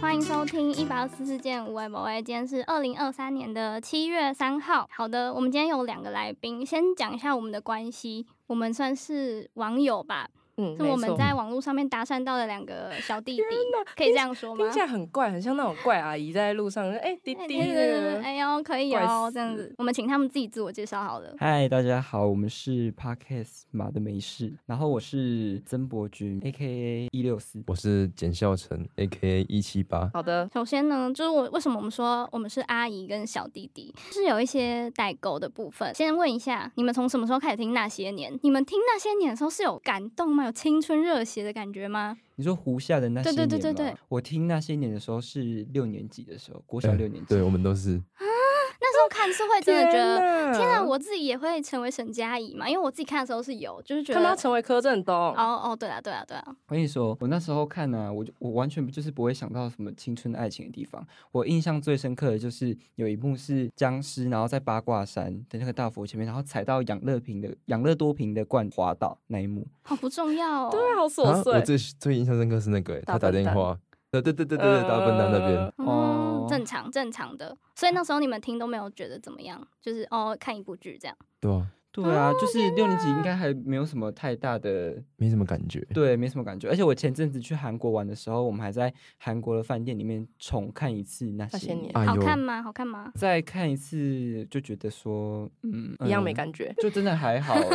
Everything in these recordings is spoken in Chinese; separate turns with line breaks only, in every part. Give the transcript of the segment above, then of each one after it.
欢迎收听一百二十四件无为不为，今天是二零二三年的七月三号。好的，我们今天有两个来宾，先讲一下我们的关系，我们算是网友吧，
嗯，
是我
没
们
错
在网络上面搭讪到的两个小 弟弟
天，哪
可以这样说吗
听？起来很怪，很像那种怪阿姨在路上，哎，滴
哎
滴
对对对对
的。
哎呦，可以
怪
哦，
死
这样子，我们请他们自己自我介绍好了。
嗨，大家好，我们是 Parkes 马的没事，然后我是曾伯君，A K A 一六四。
我是简孝成，A K A 一七
哦
八。
好的，
首先呢，就是我为什么我们说我们是阿姨跟小弟弟，就是有一些代沟的部分。先问一下，你们从什么时候开始听那些年？你们听那些年的时候是有感动吗？有青春热血的感觉吗？
你说胡夏的那些
对
年
对
吗？
对对对
我听那些年的时候是六年级的时候，国小
哎
六年级。
对我们都是
那时候看是会真的觉得，
哪
天啊，我自己也会成为沈佳宜嘛？因为我自己看的时候是有，就是觉
他们要
得。
成为柯震东。
哦哦，对啊，对啊，对啊，
我跟你说，我那时候看呢、我就我完全不就是不会想到什么青春爱情的地方。我印象最深刻的就是有一幕是僵尸，然后在八卦山的那个大佛前面，然后踩到养乐瓶的养乐多瓶的罐滑倒那一幕。
好不重要哦。
对啊，好
啊
琐
我
碎。
最最印象深刻是那个、欸，
大
他打
笨
电
蛋
话，对对对对对对，大笨蛋那边
呃。
哦
哦，
正常正常的。所以那时候你们听都没有觉得怎么样，就是哦看一部剧这样。
对啊，
对啊，
哦
就是六年级应该还没有什么太大的
没什么感觉。
对，没什么感觉。而且我前阵子去韩国玩的时候，我们还在韩国的饭店里面重看一次那
那
些
些
年，
年
哎
好
呦，
看吗？好看吗？
再看一次就觉得说，嗯，
一样
嗯
没感觉。
就真的还好、欸，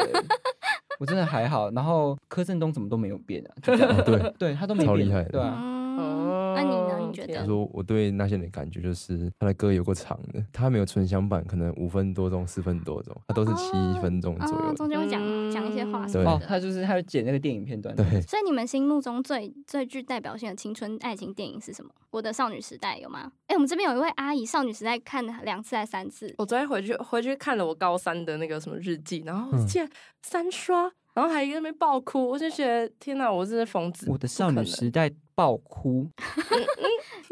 我真的还好。然后柯震东怎么都没有变啊，就 这 样
对
对他都没
超
变，
厉害的
对啊。
嗯，那你呢？你觉得
天
他
啊？
说我对那些人的感觉就是他的歌有够长的，他没有纯享版，可能五分多钟、四分多钟，他都是七
哦
分钟左
哦
右，的。
中间会讲
嗯
讲一些话什
对
么
哦，
的。
他就是他有剪那个电影片段，
对，
所以你们心目中最最具代表性的青春爱情电影是什么？我的少女时代有吗？哎、我们这边有一位阿姨，少女时代看了两次还三次，
我昨天回去回去看了我高三的那个什么日记，然后
嗯
竟然三刷，然后还在那边爆哭，我就觉得天哪，我真是疯子！
我的
不
少
可
女
能
时代爆哭，
那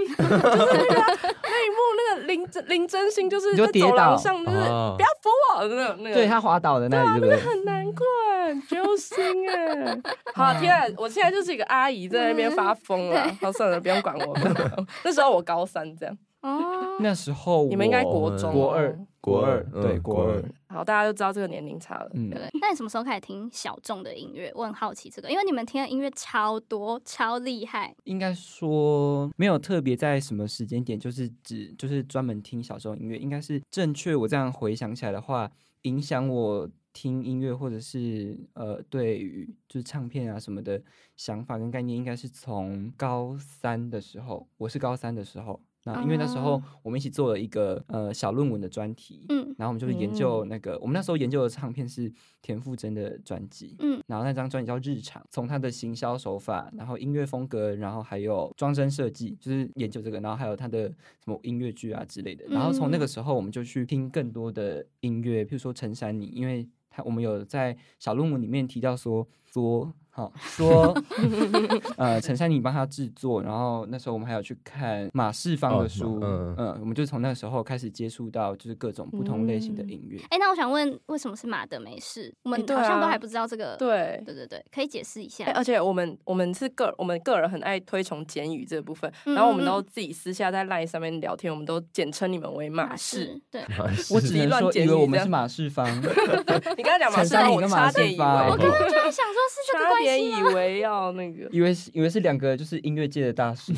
一幕，那个林真林真心就是
你就
在
跌
走廊
倒
上，就是
哦
不要扶我，那个那个，啊
对他滑倒的那里，对不对？
很难过，很揪心 哎。好，天啊，我现在就是一个阿姨在那边
嗯
发疯了。好，算了，不用管我。不用管 我那时候我高三这样，
哦，
那时候
你们应该
我
国中、哦
国二。国二
嗯
对国二，
好，大家就知道这个年龄差了。
嗯，
对。那你什么时候开始听小众的音乐？我很好奇这个，因为你们听的音乐超多，超厉害。
应该说没有特别在什么时间点，就是只就是专门听小众音乐，应该是正确。我这样回想起来的话，影响我听音乐或者是呃对于就是唱片啊什么的想法跟概念，应该是从高三的时候，我是高三的时候。那因为那时候
哦
我们一起做了一个呃小论文的专题，
嗯
然后我们就是研究那个，我们那时候研究的唱片是田馥甄的专辑，
嗯，
然后那张专辑叫《日常》，从它的行销手法，然后音乐风格，然后还有装帧设计，就是研究这个，然后还有它的什么音乐剧啊之类的。然后从
嗯
那个时候，我们就去听更多的音乐，譬如说陈珊妮，因为他我们有在小论文里面提到说说。好说， 呃，陈珊妮帮他制作，然后那时候我们还有去看马世芳
哦
的
马
书，
嗯嗯
嗯，我们就从那个时候开始接触到就是各种不同类型的
嗯
音乐。
哎、那我想问，为什么是马德没事？我们
哎对啊
好像都还不知道这个。
对。
对对对，可以解释一下。
哎而且我们我们是个我们个人很爱推崇简语这部分，
嗯
然后我们
嗯
都自己私下在 LINE 上面聊天，我们都简称你们为马氏。
氏， 对，
马
我
氏
只
己
能
乱
说
剪
以为
辑
我
这
们是
样
马世芳，
你刚才讲马氏
陈珊，妮
我
跟
差
马
点
世
以
芳
嗯
为，
我就在想说是这个
差
关
点
系
以
吗？
为要那个，
以为是以为是两个就是音乐界的大师。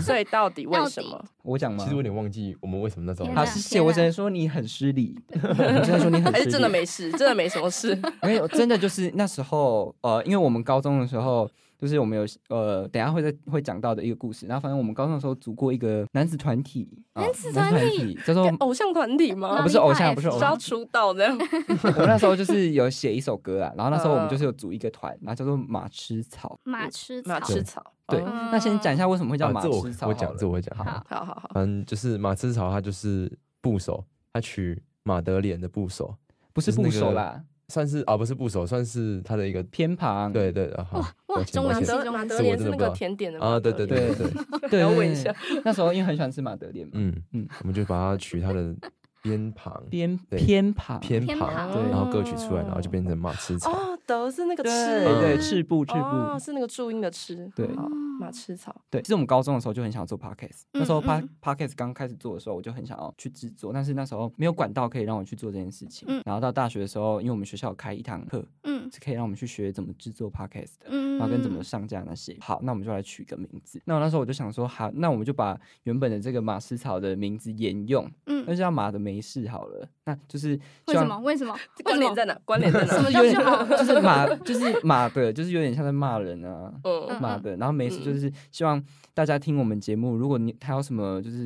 所以到底
到
为
底
什么？
我讲吗
其实？我有点忘记我们为什么那时候啊
天
好，
哪
谢谢。我只能说你很失礼，哎我只能说你很
还
失
是
礼。
真的没事，真的没什么事。
没有，真的就是那时候，呃，因为我们高中的时候，就是我们有呃，等一下会再会讲到的一个故事。然后反正我们高中的时候组过一个男子团体，啊
男子
男
团
子团
体
体叫做
偶像团体吗？
啊不是偶像
Lollipop
不是偶
是
像
要出道这样，
我们那时候就是有写一首歌啊，然后那时候我们
嗯
就是有组一个团，然后叫做马吃草。嗯
马吃
马
草
吃草。
对，
哦
那先讲一下为什么会叫
啊
马
这我
吃草好了。
我讲，这我讲。
好
好好好，
反正就是马思草，他就是部首，他取马德莲的部首，
不是
就是
部
那
首
个
啦，
算是啊不是部首，算是他的一个
偏旁。
对对然
哇
后
哇
抱歉
中
抱
文
马
歉
系
德马德
这我
莲
真
是那
的不知
个
道
甜点的
啊对对对对对，
对
要
对
问一下
对那时候因为很喜欢吃马德莲嘛，
嗯
嗯
嗯，我们就把它取它的边旁
偏
对
偏旁
偏
偏
旁
旁，
对然后歌曲出来，
哦
然后就变成马思草。
哦，德是那个
对
吃，
对
嗯
赤部赤
哦
部，
是那个注音的吃，
对
好
哦
马吃草，
对，其实我们高中的时候就很想做 podcast，、那时候 pa
嗯
podcast 刚开始做的时候，我就很想要去制作，但是那时候没有管道可以让我去做这件事情。
嗯
然后到大学的时候，因为我们学校有开一堂课，
嗯
是可以让我们去学怎么制作 podcast 的。
嗯，
然后跟怎么上架那些，好，那我们就来取一个名字。那我那时候我就想说，好，那我们就把原本的这个马思草的名字沿用，那
嗯，
就叫马的没事好了。那就是
为
希
什
望
么？为什 么？为
关
什
联
么？
在哪？关联在
什
哪
么？
就有
叫就好
点就是 马， 就是马的，就是有点像在骂人啊，
嗯，
马的。然后每次就
嗯
是希望大家听我们节目，如果你还有什么就是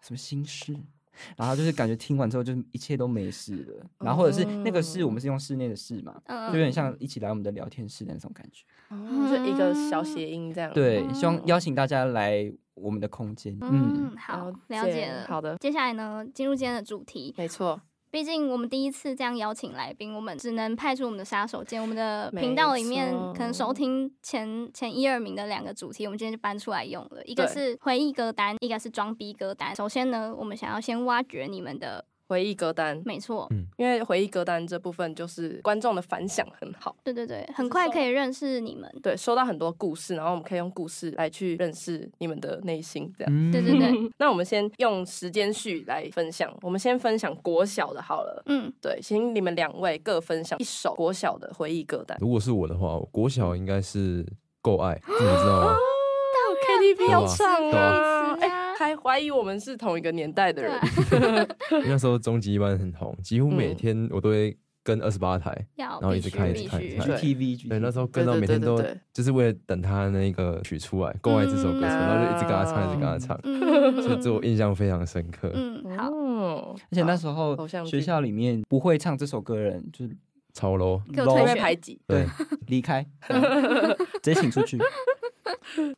什么心事。然后就是感觉听完之后，就是一切都没事了。然后或者是那个事，我们是用室内的事嘛，就有
哦嗯，
点像一起来我们的聊天室的那种感觉。
哦就一个小谐音这样。哦
对，希望
嗯
邀请大家来我们的空间。嗯，
嗯，好，了
了
解了。
好的，
接下来呢，进入今天的主题。
没错，
毕竟我们第一次这样邀请来宾，我们只能派出我们的杀手锏。我们的
没
频道里面
错
可能收听前前一二名的两个主题，我们今天就搬出来用了。一个是回忆歌单，一个是装逼歌单。首先呢，我们想要先挖掘你们的，
回忆歌单，
没错，
因为回忆歌单这部分就是观众的反响很好，
对对对，很快可以认识你 们。
对，收到很多故事，然后我们可以用故事来去认识你们的内心，这样。
嗯
对对 对，
那我们先用时间序来分享，我们先分享国小的好了。
嗯，
对，请你们两位各分享一首国小的回忆歌单。
如果是我的话，我国小应该是够爱，你们知 道吗？
KTV 要唱
对
啊
啊！对啊
哎，还怀疑我们是同一个年代的人。
因为那时候终极一班很红，几乎每
嗯
天我都会跟二十八台。
要
然后
必
一
须
直看一直
必
看一
须
直看
对
GTV，
对，那时候跟到
对对
每天
对
都
对对
就是为了等他那个曲出来，《够爱》这首歌出来，
嗯啊
然后就一直跟他唱，一直跟他唱，
嗯，
所以这我印象非常深刻。
嗯，好，
嗯，
而且那
好
时候
偶像剧
学校里面不会唱这首歌的人，就是
超 low，
给我
low
退
会被
学
排挤。
对，离开，这样直接请出去，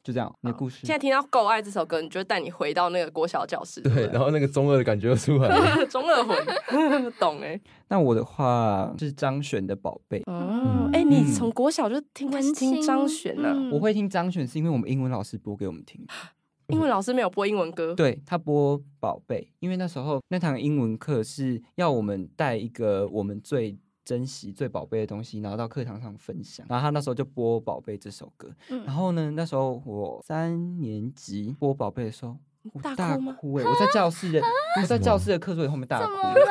就这样。你的故事
现在听到《够爱》这首歌，你就会带你回到那个国小教室。
对，然后那个中二的感觉又出来了。
后 中二魂， 懂哎、
那我的话是张悬的《宝贝》，
哦，哎、你从国小就听开
嗯
始
文
听
青
张悬啊呐、
嗯
我会听张悬是因为我们英文老师播给我们听，
英文老师没有播英文歌，
对他播《宝贝》，因为那时候那堂英文课是要我们带一个我们最。珍惜最宝贝的东西，然后到课堂上分享。然后他那时候就播《宝贝》这首歌，然
嗯，
后呢，那时候我三年级播《宝贝》的时候，我
大
大
哭吗
哭哎、我在教室的，我在
什么
教室的课桌椅后面大
怎
哭。欸
么了？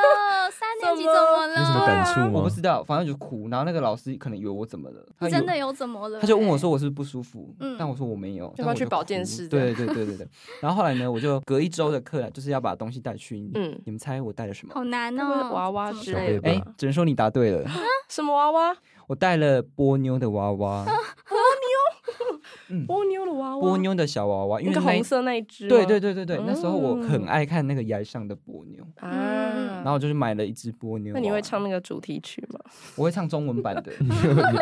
三年级怎么
有什么
了？
感
啊
触
我
吗
不？知道，反正就哭。然后那个老师可能以为我怎么了，他以为
真的有怎么了？
他就问我说我是不是不舒服，
嗯
但我说我没有，
要
但
不要
我
去
就
保健
哭
室这
对
样
对对对对。然后后来呢，我就隔一周的课，啊就是要把东西带去。
嗯
你们猜我带了什么？
好难
那
哦，
个娃娃
怎么
之
办
类的
哎、
吧，
只能说你答对了。
什么娃娃？
我带了波妞的娃娃，
波妞的娃娃，
波妞的小娃娃，因
那个
为那一
红色那一只吗，
对对对对对，那时候我很
嗯
爱看那个崖上的波妞，
啊
嗯。
然后我就去买了一只波妞
那
娃娃。
你会唱那个主题曲 吗？
我会唱中文版 的。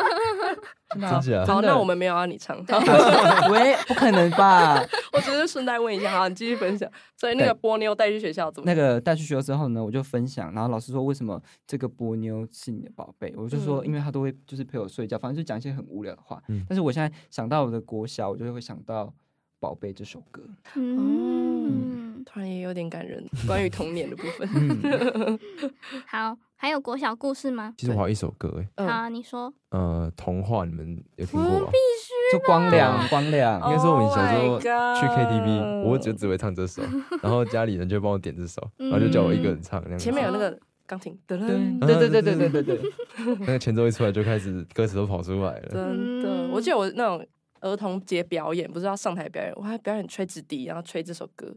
真的啊
真假
好，
的
那我们没有让你唱，
喂，不可能吧？
我只是顺带问一下，好，你继续分享。所以那
对
个波妞带去学校怎么
那？个带去学校之后呢，我就分享，然后老师说为什么这个波妞是你的宝贝，我就说
嗯
因为她都会就是陪我睡觉，反正就讲一些很无聊的话。
嗯
但是我现在想到我的国小，我就会想到《宝贝》这首歌。
嗯，
突然也有点感人，关于童年的部分。
嗯，
好，还有国小故事吗？
其实我还有一首歌，
好
哎，
嗯
啊，你说，
呃，童话，你们有听过吧？
就光
对
良，
啊
光
应
良，
该说我们小时
Oh
候
my
去
god Oh
KTV，我就只会唱 这首，然后家里人就帮我点这首，然后就叫我一个人唱，那样子
嗯前面有那个钢琴，噔噔
嗯
对对对对对对对对，
那个前奏一出来就开始歌词都跑出来了。
真的，
嗯
我记得我那种儿童节表演，不是要上台表演，我还表演吹直笛，然后吹这首歌，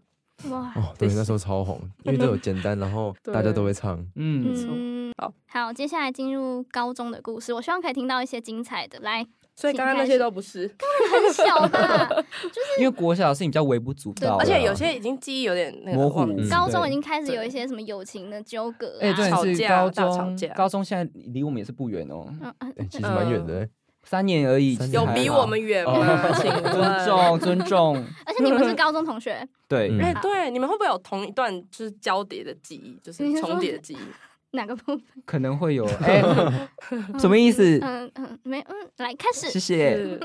哇，
哦，对，
对
那时候超红，因为都有简单，然后大家都会唱。
嗯，
错
嗯
好，
好，接下来进入高中的故事，我希望可以听到一些精彩的。来，
所以刚刚那些都不是，
很小吧，
因为国小的事情比较微不足道啊，
而且有些已经记忆有点那个
模糊
忘记
嗯
高中
对
已经开始有一些什么友情的纠葛
哎，
啊，
吵
对，是
架
高
大吵
中
架，
高中现在离我们也是不远哦，
嗯嗯
哎，其实蛮远的，
三年而已，
三
其实
年
有
还
比
好
我们远
哦
吗？请
嗯 尊
问？
重尊重，
而且你们是高中同学，
对，
嗯
哎，对，你们会不会有同一段就是交叠的记忆，就是
你是说
重叠的 记忆？
哪个部分？
可能会有， 哎， 什么意思？
嗯嗯，没嗯，来开
谢
始，
谢。
是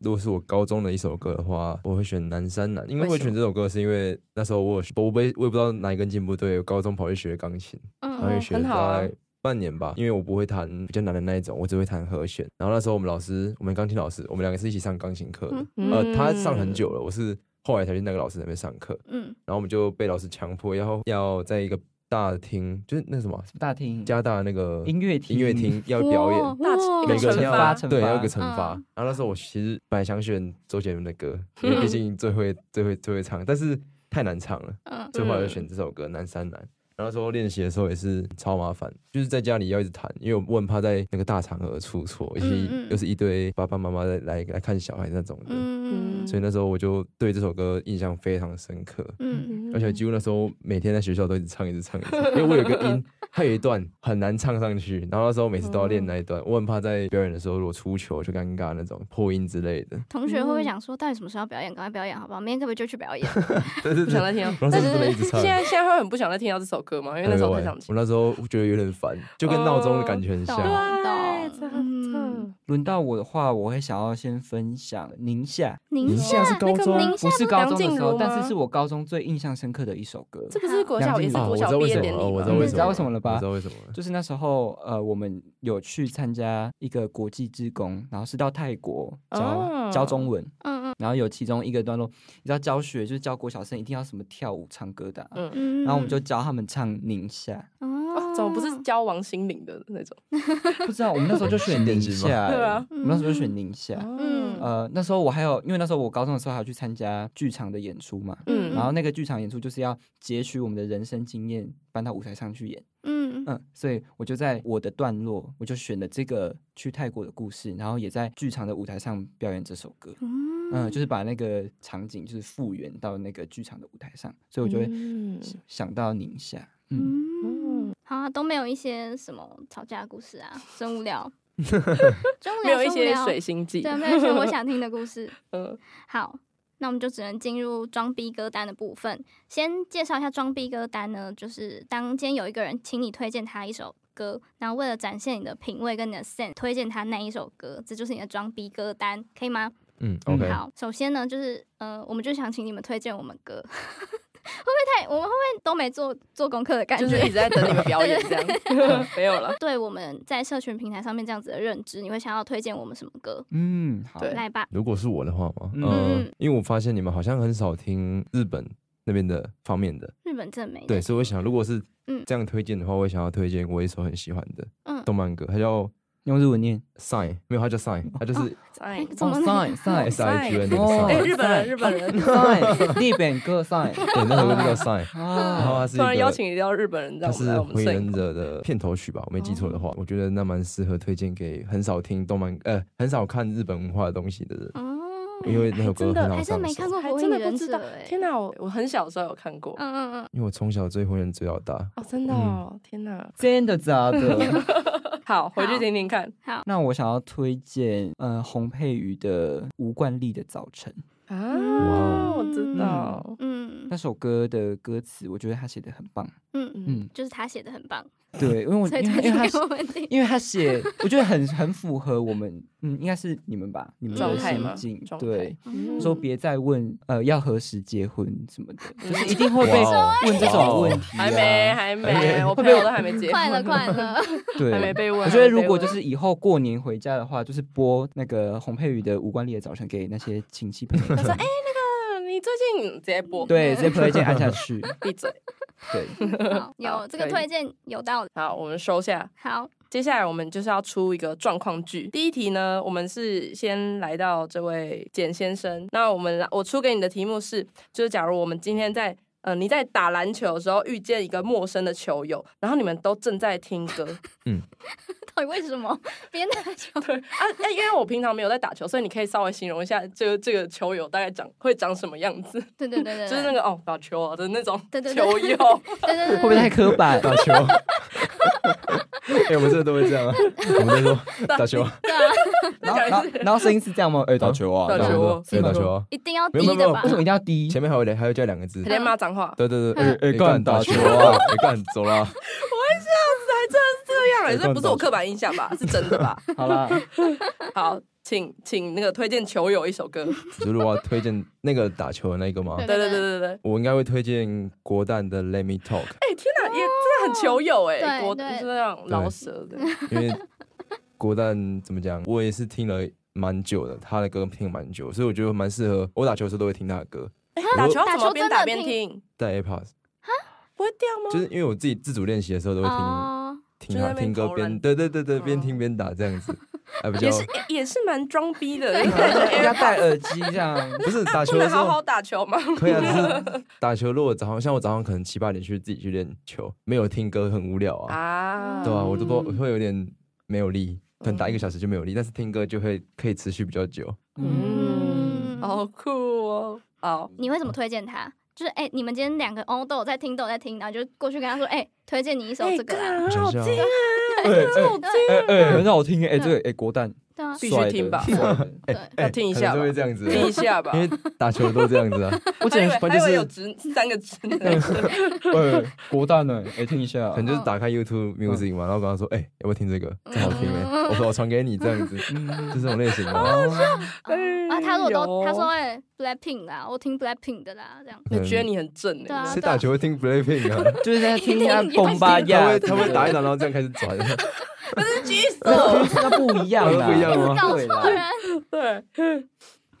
如果是我高中的一首歌的话，我会选《南山南》，因为
为
会
什
选这首歌是因为那时候我有我不我也不知道哪一根筋不对，我高中跑去学钢琴，然后
嗯
也
哦
学
很好
大
啊
概半年吧，因为我不会弹比较难的那一种，我只会弹和弦。然后那时候我们老师，我们钢琴老师，我们两个是一起上钢琴课的，
嗯
呃，他上很久了，我是后来才去那个老师那边上课，
嗯，
然后我们就被老师强迫要要在一个大厅，就是那个什么
大厅
加大那个
音乐厅
音乐厅要表演，
大
哇
每
个人
要
惩罚
发惩罚，
对，要有个惩罚。
嗯
然后那时候我其实本来想选周杰伦 的歌，因为毕竟最会最会最会唱，但是太难唱了，
嗯
最后来就选这首歌《南山南》。然后那时候练习的时候也是超麻烦，就是在家里要一直弹，因为我我很怕在那个大场合出错，以及
嗯嗯
又是一堆爸爸妈妈来来来看小孩那种的，
嗯
所以那时候我就对这首歌印象非常深刻。
嗯
而且几乎那时候每天在学校都一直唱，一直唱， 一直唱因为我有一个音，它有一段很难唱上去，然后那时候每次都要练那一段，我很怕在表演的时候如果出糗就尴尬那种破音之类的。
同学会不会想说，到底什么时候要表演？赶快表演好不好？明天可不可以就去表演？
对对
不想再
对，
听哦。
然后
但
是
是
真的一直唱
现。在现在会很不想再听到这首歌吗？因为那时候太想听
我。那时候觉得有点烦，就跟闹钟的感觉很
哎
像。
哦懂
对，真的
嗯。
轮到我的话，我会想要先分享宁夏，
宁夏
是高
那
中
个宁夏
不是高
梁
中
静
的时候
茹，吗
但是是我高中最印象深刻的一首歌。
这不是国小，也是
梁静茹
国
哦，我知
小
道
毕
为
业
什么
典礼
了，
吗，
哦我知道
你
为
知
什么，
道为什么了吧
我知道为什么了。
就是那时候，呃，我们有去参加一个国际志工，然后是到泰国教、
哦
教中文，
嗯嗯
然后有其中一个段落，你知道教学就是教国小生一定要什么跳舞、唱歌的啊、
嗯，
嗯
然后我们就教他们唱《宁夏
哦
哦，怎么不是教王心凌的那种？》，
不知道我们那时候 就选宁
电击吗
夏、欸
对啊哦
我们那时候就选宁夏。
嗯
呃，那时候我还有，因为那时候我高中的时候还有去参加剧场的演出嘛，
嗯
然后那个剧场演出就是要截取我们的人生经验搬到舞台上去演，
嗯
嗯，所以我就在我的段落，我就选了这个去泰国的故事，然后也在剧场的舞台上表演这首歌，嗯，就是把那个场景就是复原到那个剧场的舞台上，所以我就会
嗯
想想到宁夏，嗯，
嗯，好啊，都没有一些什么吵架的故事啊，真无聊，真无
没
聊，
有一些
真无聊
水星记，
对，没有一些我想听的故事。
嗯
好，那我们就只能进入装逼歌单的部分。先介绍一下装逼歌单呢，就是当今天有一个人请你推荐他一首歌，然后为了展现你的品味跟你的 sense，推荐他那一首歌，这就是你的装逼歌单，可以吗？
嗯，OK，
好，首先呢，就是呃，我们就想请你们推荐我们歌， 会不会太我们会不会都没做做功课的感
就是一
觉？
直在等你们表演这样，嗯没有了。
对我们在社群平台上面这样子的认知，你会想要推荐我们什么歌？
嗯，好，
对
来吧，
如果是我的话嘛，
嗯
嗯，因为我发现你们好像很少听日本那边的方面的，
日本正美。
对，，所以我想，如果是
嗯
这样推荐的话，我也想要推荐我一首很喜欢的
嗯，
动漫歌，它叫
用日文念
Sign，没有，它叫 Sign，它就是
哎
怎么
哦
了
sign sign
S I G N 那个
哦
哎，
Sign，
日本人，日本人，
sign 日本歌 sign
对，那首歌就 叫 Sign，然后
啊，
它是一
突然邀
个。
请你到日本人，让
它
我
是
们来我
《火
们
影
摄
忍
影棚。
者》的片头曲吧，我没记错的话，我觉得那蛮适合推荐给很少听动漫呃很少看日本文化的东西的人，
哦，
因为那首歌
真的
很好
还真
上
没看
手。
过《
还
火
真
影
的不
忍
知
者
道》
哎，
天哪，我我很小的时候有看过。
嗯嗯
因为我从小追《火影忍者》到大，
哦，真的哦，天 哪！
真的假的？
好，回去听听看
那我想要推荐，呃，洪佩瑜的《吴冠丽的早晨》
啊！我知
嗯
道，
嗯
那首歌的歌词，我觉得他写的很棒。
嗯嗯，
嗯，
就是他写的很棒，
对，因为我
所以
哦
推
因为
荐
因为他
给我们听。
因为他写，我觉得很很符合我们，嗯，应该是你们吧，你们
状
的
态吗
心境
状。态
对，
嗯
说别再问，呃，要何时结婚什么 的，就是
嗯
一定会被
哇哦
问这
哇
种
哦
问题、啊。
还没，还没，我朋友都还没结婚，
快了 快了，
对，
还没被问。
我觉得如果就是以后过年回家的话，就是播那个洪佩瑜的《无关丽的早晨》给那些亲戚朋友
他
听
说：“。哎，那个你最近直接播，
对，直接 play 键按下去。
闭嘴。
对，
好有
好
这个
可以
推荐有道理。”
好，我们收下。
好，
接下来我们就是要出一个状况剧。第一题呢，我们是先来到这位简先生。那我们我出给你的题目是，就是假如我们今天在呃你在打篮球的时候遇见一个陌生的球友，然后你们都正在听歌
到底为什么别打球？
啊，哎、因为我平常没有在打球，所以你可以稍微形容一下这个这个球友大概长会长什么样子，
对对对对，
就是那个哦打球啊的那 种
对对对
球友。
对对对
会不会太刻板？
打球。哎，我们这都会这样啊，我们在说打球啊，
对啊，
然后，然后，然后声音是这样吗？哎，打球啊，
打
打
球
球
啊
啊，对，打球啊，
一定要
没有
低
没有
的
没有
吧
为？什么一定要低？
前面还有两还有加两个字
直，接骂脏话，
对对对，哎
哎
哎，干打球啊，哎干走啦，
这样也是不是我刻板印象吧？是真的 吧？
好啦，
好，请请那个推荐球友一首歌。
就是我要推荐那个打球的那个吗？
对
对对对对对，
我应该会推荐国蛋的《Let Me Talk》，
哎、天哪，也真的很求友哎、
哦对
国就
对
是那种老舌的，
因为郭蛋怎么讲，我也是听了蛮久的，他的歌听了蛮久，所以我觉得蛮适合。我打球的时候都会听他的歌，
哎打
我
球要
打
怎么
球
边
真的
打边
听
听？
带 AirPods，
不会掉吗？
就是因为我自己自主练习的时候都会听、
哦，
听
哦就在
他
那边
听歌
投
边
篮
对对对对边
哦
听边打这 样子，还比较
也是也是蛮装逼的，
人
哎
家戴耳机这样，
不是打
不
球的
能
时
好好
候。
打球吗？
可以啊，就是打球。如果早上像我早上可能七八点去自己去练球，没有听歌很无聊啊，
啊，
对啊，我都不
嗯
会有点没有力，可能打一
嗯
个小时就没有力，但是听歌就会可以持续比较久。
嗯，
嗯，
嗯
好酷哦，好。
你会怎么推荐他？就是哎、你们今天两个哦都有在听，都有在听，然后就过去跟他说，哎、推荐你一首
哎
这个啦。
干
我想
好
一下啊
听啊！
对，哎哎，很好听哎，
嗯
这个哎国蛋
对啊，
必须
帅的
听吧
帅的
对，哦
要听一
哎可
下
能
吧
就会这样子，
听一下吧。
哦因为打球都这样子啊。我只能
还以为
反
还
正
以
就
为有
是，
直三个直男，
哎国蛋呢，哎听一下
可，
嗯
能就是打开 YouTube Music 嘛，然后跟他说，哎，要不要听这个？这好听哎！我说我传给你这 样子，
嗯
就这种类型的。
哦啊，他如果
有
都他说哎、Blackpink 啦，我听 Blackpink 的啦，这样。
我觉得 你很正
对啊
哎
谁打球会听 Blackpink 啊？
就是在听一下蹦
啊
吧
他
呀，
会他会打一打，然后这样开始转。
啊
那不一样啦，
不一样吗
搞
对啦啊
错人，
对，
啊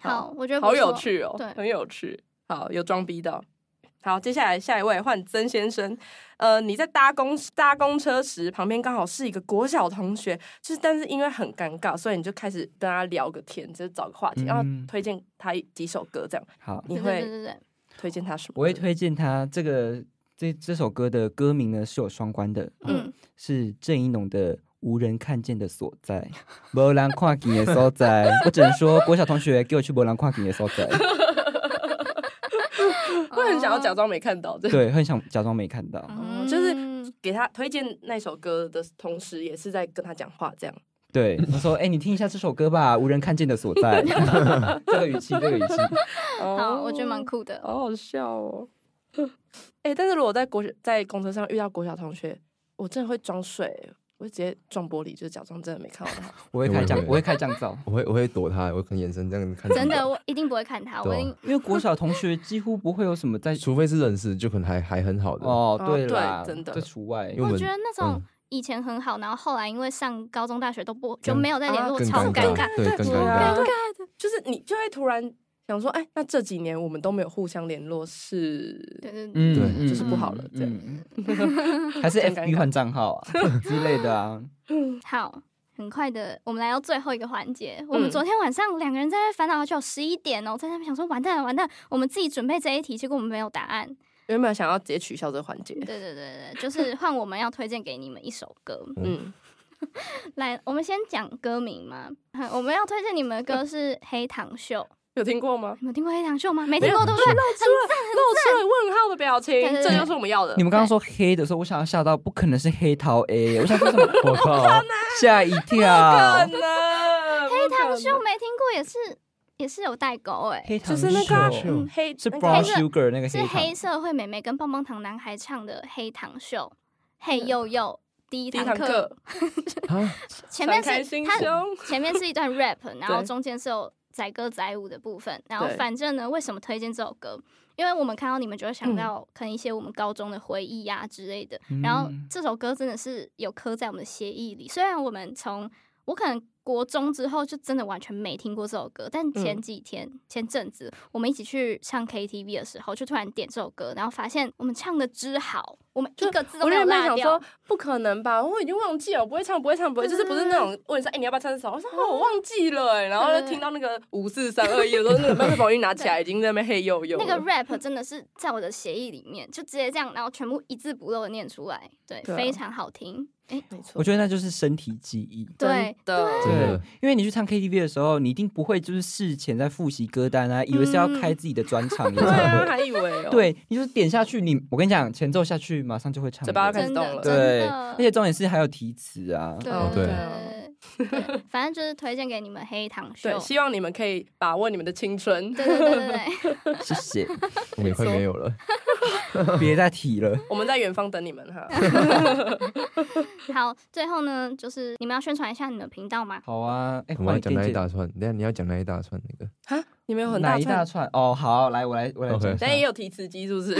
好，我觉得不
好有
错。
趣哦
对，
很有趣。好，有装逼到。好，接下来下一位换曾先生。呃，你在搭公搭公车时，旁边刚好是一个国小同学，就是但是因为很尴尬，所以你就开始跟他聊个天，就是找个话题，
嗯
然后推荐他一几首歌，这样
好，
你
对对对
会
对对，
推荐他什么歌？
我会推荐他这个这这首歌的歌名呢是有双关的，
嗯，
是郑一农的《无人看见的所在》， 没人看见的所在。我只能说，国小同学给我去没人看见的所在，
会很想要假装没看到，对，
对，很想假装没看到。
哦，
就是
嗯
给他推荐那首歌的同时，也是在跟他讲话，这样。
对，我说，哎、你听一下这首歌吧，《无人看见的所在》。 这个语气，这个语气，
哦
好，我觉得蛮酷的。
好好笑哦。哎、但是如果在国学在公车上遇到国小同学，我真的会装睡欸，我会直接撞玻璃，就是假装真的没看到他。
我会开
我也
降
会，
我会开降噪。
我会我会躲他，我可能眼神这样子看。
真的，，我一定不会看他，
对
我
啊
一定
因为国小同学几乎不会有什么在
哎除非是认识，就可能还还很好的。
哦，
哦
对
对
啦，
真的
这除外，
因为我
我
们
觉得那种
嗯
以前很好，然后后来因为上高中、大学都不就
更啊
没有再联络，
更
超
尴
尴
尬， 对，更尴
啊
尬。
就是你就会突然想说，哎、那这几年我们都没有互相联络是？
对对对，
嗯，
对
嗯
就是不好了这样
嗯嗯还是
真尴尬
FB 换账号 啊之类的啊。
好。很快的，我们来到最后一个环节。
嗯
我们昨天晚上两个人在那烦恼好久，十一点哦，在那边想说完蛋了完蛋了，我们自己准备这一题，结果我们没有答案。
原本想要直接取消这个环节。
对对对对，就是换我们要推荐给你们一首歌。
嗯，
来，我们先讲歌名嘛。嗯我们要推荐你们的歌是《黑糖秀》，
有听过吗？
你们听过《黑糖秀》吗？没听过对不对？
露出了问号的表情，
对对
这
对
就是我们要的
你。们刚刚说黑的时候，我想要吓到，不可能是黑桃 A，我想说什么？
我靠！
吓一
可
啊
跳。
能黑
黑糖秀没听过也是也是有代沟哎、
黑
就
糖
是那个啊、
秀
嗯黑
是
那
brown
个
sugar 那个
是黑
黑糖。
社会妹妹跟棒棒糖男孩唱的《黑糖秀》，嘿呦呦，第一
第一
堂课
堂课，
啊，
前面
敞开
是
心
它
胸，
前面是一段 rap，然后
对
中间是有载歌载舞的部分，然后
对
反正呢，为什么推荐这首歌？因为我们看到你们就会
嗯
想到可能一些我们高中的回忆呀、之类的，然后
嗯
这首歌真的是有刻在我们的协议里。虽然我们从我可能国中之后就真的完全没听过这首歌，
嗯
但前几天、前阵子我们一起去唱 KTV 的时候，就突然点这首歌，然后发现我们唱的之好，我们一个字都
我
没有
原本
落
想
掉
说。不可能吧，我已经忘记了，我不会唱，不会唱，不会，就是不
嗯
是那种问说，哎、你要不要唱这首？我说、哦、我忘记了、哎，然后就听到那个五四三二一，有时候那个麦克风一拿起来，已经在那边嘿呦呦了。
那个 rap 真的是在我的协议里面，就直接这样，然后全部一字不漏的念出来，对，
对啊
非常好听。
没错，
我觉得那就是身体记忆。
对
真的
真的，
因为你去唱 KTV 的时候，你一定不会就是事前在复习歌单啊，以为是要开自己的专 场演
嗯对
唱
啊，
会。
还以为、哦，
对，你就是点下去，你我跟你讲，前奏下去马上就会唱
嘴巴
了。
开始
真
动
的
了，
真
对，
的
而，且重点是还有提词啊。
对
哦
对
对对对，反正就是推荐给你们《黑糖秀
对，》。希望你们可以把握你们的青春。
对对对对对，
谢谢。
我们也快
没错
没有了。
别再提了。
我们在远方等你们 哈。
好，最后呢，就是你们要宣传一下你的频道吗？
好啊，哎、
我们要
帮你
讲
推
哪一
荐
大串？等一下你要讲哪一大串那个？
哈，你们有很
哪
大
一大
串，
串？哦，好，来，我来，我来
OK
讲一下。
但也有提词机是不是？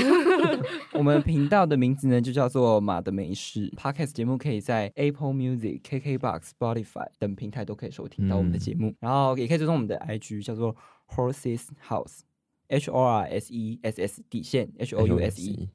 我们频道的名字呢，就叫做“马的美事 ”Podcast 节目可以在 Apple Music、KKBox、Spotify 等平台都可以收听到我们的节目，然后也可以追踪我们的 IG，叫做 Horses House。H O R S E S S 底线 H O U S E，